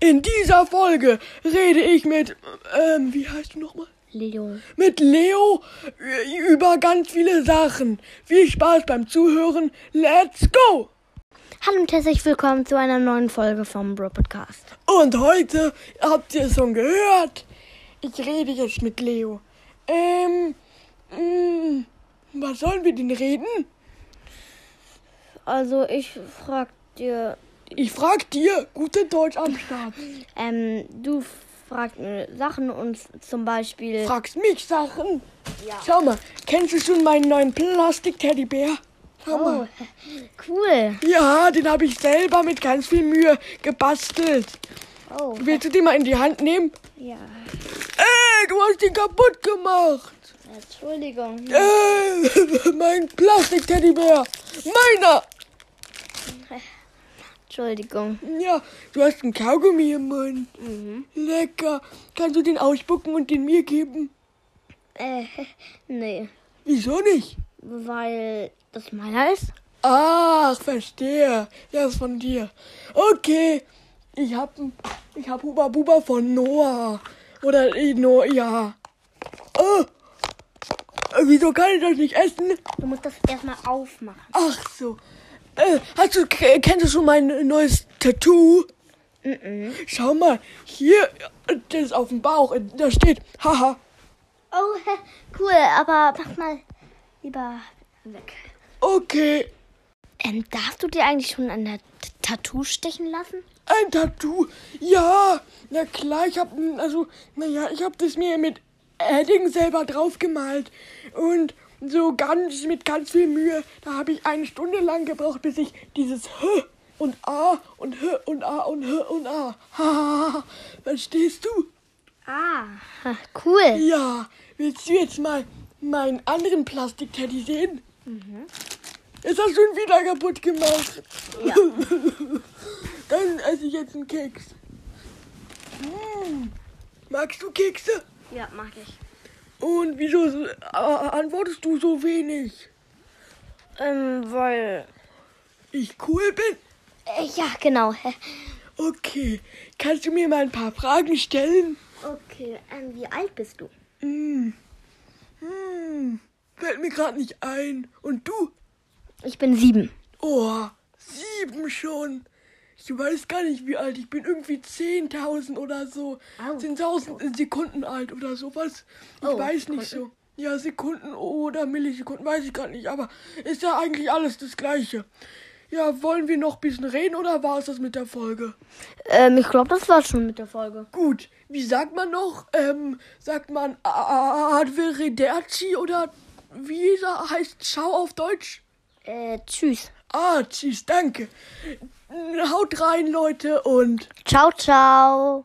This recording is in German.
In dieser Folge rede ich mit, ähm, wie heißt du nochmal? Leo. Mit Leo äh, über ganz viele Sachen. Viel Spaß beim Zuhören. Let's go! Hallo und herzlich willkommen zu einer neuen Folge vom Bro Podcast. Und heute, habt ihr es schon gehört? Ich rede jetzt mit Leo. Ähm, mh, was sollen wir denn reden? Also ich frag dir, Ich frag dir, gute Deutsch am Start. ähm, du fragst mir Sachen und zum Beispiel. Fragst mich Sachen. Schau mal, kennst du schon meinen neuen Plastik-Teddybär? Schau mal. oh, cool. Ja, den habe ich selber mit ganz viel Mühe gebastelt. Oh, Willst du den mal in die Hand nehmen? ja. Ey, du hast den kaputt gemacht. Entschuldigung. Ey, mein Plastik-Teddybär. Meiner. Entschuldigung. Ja, du hast einen Kaugummi im Mund. Mhm. Lecker. Kannst du den ausspucken und den mir geben? Äh, nee. Wieso nicht? Weil das meiner ist? Ach, verstehe. Der ist von dir. Okay. Ich hab, ich hab Huba Buba von Noah. Oder eh, no, ja. Oh. Äh, Wieso kann ich das nicht essen? Du musst das erstmal aufmachen. Ach so. Äh, hast du, k- kennst du schon mein neues Tattoo? Schau mal, hier, äh, das ist auf dem Bauch, äh, da steht, haha, Oh, cool, aber mach mal lieber weg. okay, Ähm, darfst du dir eigentlich schon an der T- Tattoo stechen lassen? Ein Tattoo? Ja, na klar, ich hab, n- also, naja, ich hab das mir mit Edding selber draufgemalt. Und so ganz, mit ganz viel Mühe, da habe ich eine Stunde lang gebraucht, bis ich dieses H und A und H und A und H und A. Hahaha, verstehst du? Ah, cool. Ja, willst du jetzt mal meinen anderen Plastikteddy sehen? Ist er schon wieder kaputt gemacht? Ja. Dann esse ich jetzt einen Keks. Mm. Magst du Kekse? Ja, mag ich. Und wieso äh, antwortest du so wenig? Ähm, weil. Ich cool bin? Äh, ja, genau. hä? Okay, kannst du mir mal ein paar Fragen stellen? Okay, ähm, wie alt bist du? Mm. Mm. Fällt mir gerade nicht ein. Und du? Ich bin sieben. Oh, sieben schon. Ich weiß gar nicht, wie alt ich bin. Irgendwie 10.000 oder so. Au. 10.000 Sekunden alt oder sowas. Ich Oh, weiß nicht so. Ja, Sekunden oder Millisekunden, weiß ich gar nicht. Aber ist ja eigentlich alles das Gleiche. Ja, wollen wir noch ein bisschen reden oder war es das mit der Folge? Ähm, ich glaube, das war's schon mit der Folge. Gut, wie sagt man noch? Ähm, sagt man A- A- Adverederci oder wie sa- heißt Ciao auf Deutsch? Äh, tschüss. Ah, tschüss, danke. Haut rein, Leute, und Ciao, ciao.